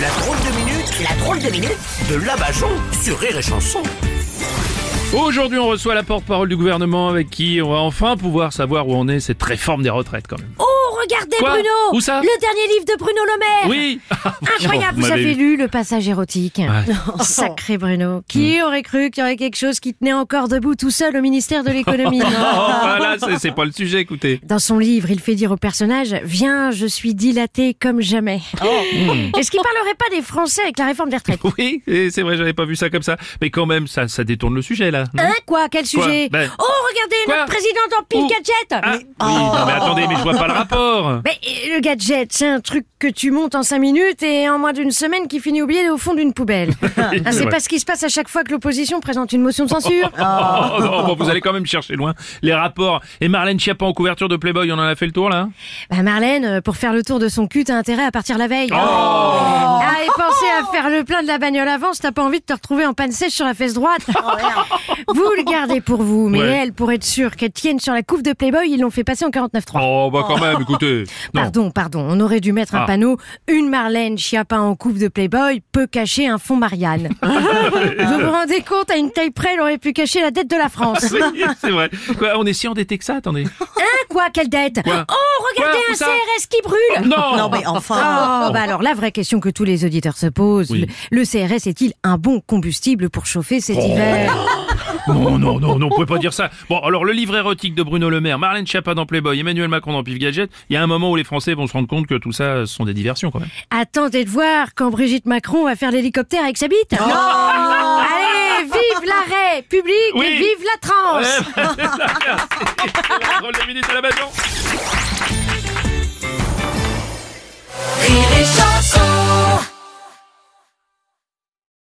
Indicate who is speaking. Speaker 1: La drôle de minute, la drôle de minute de Labajon sur Rire et Chanson.
Speaker 2: Aujourd'hui, on reçoit la porte-parole du gouvernement avec qui on va enfin pouvoir savoir où on est cette réforme des retraites quand même.
Speaker 3: Oh, regardez
Speaker 2: Quoi
Speaker 3: Bruno
Speaker 2: Où ça
Speaker 3: Le dernier livre de Bruno Le Maire
Speaker 2: Oui
Speaker 3: Incroyable,
Speaker 2: Vous
Speaker 3: vous
Speaker 2: m'avez
Speaker 3: avez
Speaker 2: eu.
Speaker 3: lu le passage érotique.
Speaker 2: Ouais. Mm.
Speaker 3: Oh, sacré Bruno. Qui aurait cru qu'il y aurait quelque chose qui tenait encore debout tout seul au ministère de l'économie
Speaker 2: Voilà, Ah, c'est- c'est pas le sujet, écoutez.
Speaker 3: Dans son livre, il fait dire au personnage Viens, je suis dilaté comme jamais.
Speaker 2: Oh.
Speaker 3: Mm. Est-ce qu'il parlerait pas des Français avec la réforme des retraites
Speaker 2: Oui, et c'est vrai, j'avais pas vu ça comme ça. Mais quand même, ça, ça détourne le sujet là. non
Speaker 3: Hein Quoi Quel sujet
Speaker 2: Ben-
Speaker 3: Oh, regardez
Speaker 2: Quoi
Speaker 3: notre président en pile
Speaker 2: Où
Speaker 3: gadget
Speaker 2: Ah,
Speaker 3: Mais- oh.
Speaker 2: oui, non, mais attendez, mais je vois pas le rapport.
Speaker 3: Mais euh, le gadget, c'est un truc que tu montes en 5 minutes et en moins d'une semaine qui finit oublié au fond d'une poubelle. Ah,
Speaker 2: c'est
Speaker 3: c'est
Speaker 2: vrai.
Speaker 3: pas ce qui se passe à chaque fois que l'opposition présente une motion de censure. Ah.
Speaker 2: Oh, non, bon, vous allez quand même chercher loin les rapports. Et Marlène Schiappa en couverture de Playboy, on en a fait le tour là
Speaker 3: Bah Marlène, euh, pour faire le tour de son cul, t'as intérêt à partir la veille. Ah, et penser à faire le plein de la bagnole avant si t'as pas envie de te retrouver en panne sèche sur la fesse droite. vous le gardez pour vous, mais
Speaker 2: Ouais.
Speaker 3: elle, pour être sûre qu'elle tienne sur la couve de Playboy, ils l'ont fait passer en 49.3.
Speaker 2: Oh, bah quand même, écoutez. Non.
Speaker 3: Pardon, pardon, on aurait dû mettre
Speaker 2: Ah.
Speaker 3: un panneau Une Marlène Chiappa en coupe de Playboy peut cacher un fond Marianne.
Speaker 2: Ah,
Speaker 3: vous vous rendez compte, à une taille près, elle aurait pu cacher la dette de la France.
Speaker 2: Oui, c'est vrai. Quoi, on est si endetté que ça, attendez.
Speaker 3: Hein, quoi, quelle dette
Speaker 2: Quoi
Speaker 3: Oh, regardez
Speaker 2: Quoi, où
Speaker 3: un
Speaker 2: ça
Speaker 3: CRS qui brûle
Speaker 2: Non
Speaker 4: Non mais enfin,
Speaker 3: Oh, bah alors la vraie question que tous les auditeurs se posent,
Speaker 2: Ah. Oui.
Speaker 3: le, le CRS est-il un bon combustible pour chauffer cet hiver
Speaker 2: Non, non, non, non, on pouvait pas dire ça. Bon, alors le livre érotique de Bruno Le Maire, Marlène Schiappa dans Playboy, Emmanuel Macron dans Pif Gadget, il y a un moment où les Français vont se rendre compte que tout ça euh, ce sont des diversions quand même.
Speaker 3: Attendez de voir quand Brigitte Macron va faire l'hélicoptère avec sa bite. Allez, vive l'arrêt public
Speaker 2: Oui.
Speaker 3: et vive la transe
Speaker 2: Ouais, bah, c'est la drôle de minute à la maison.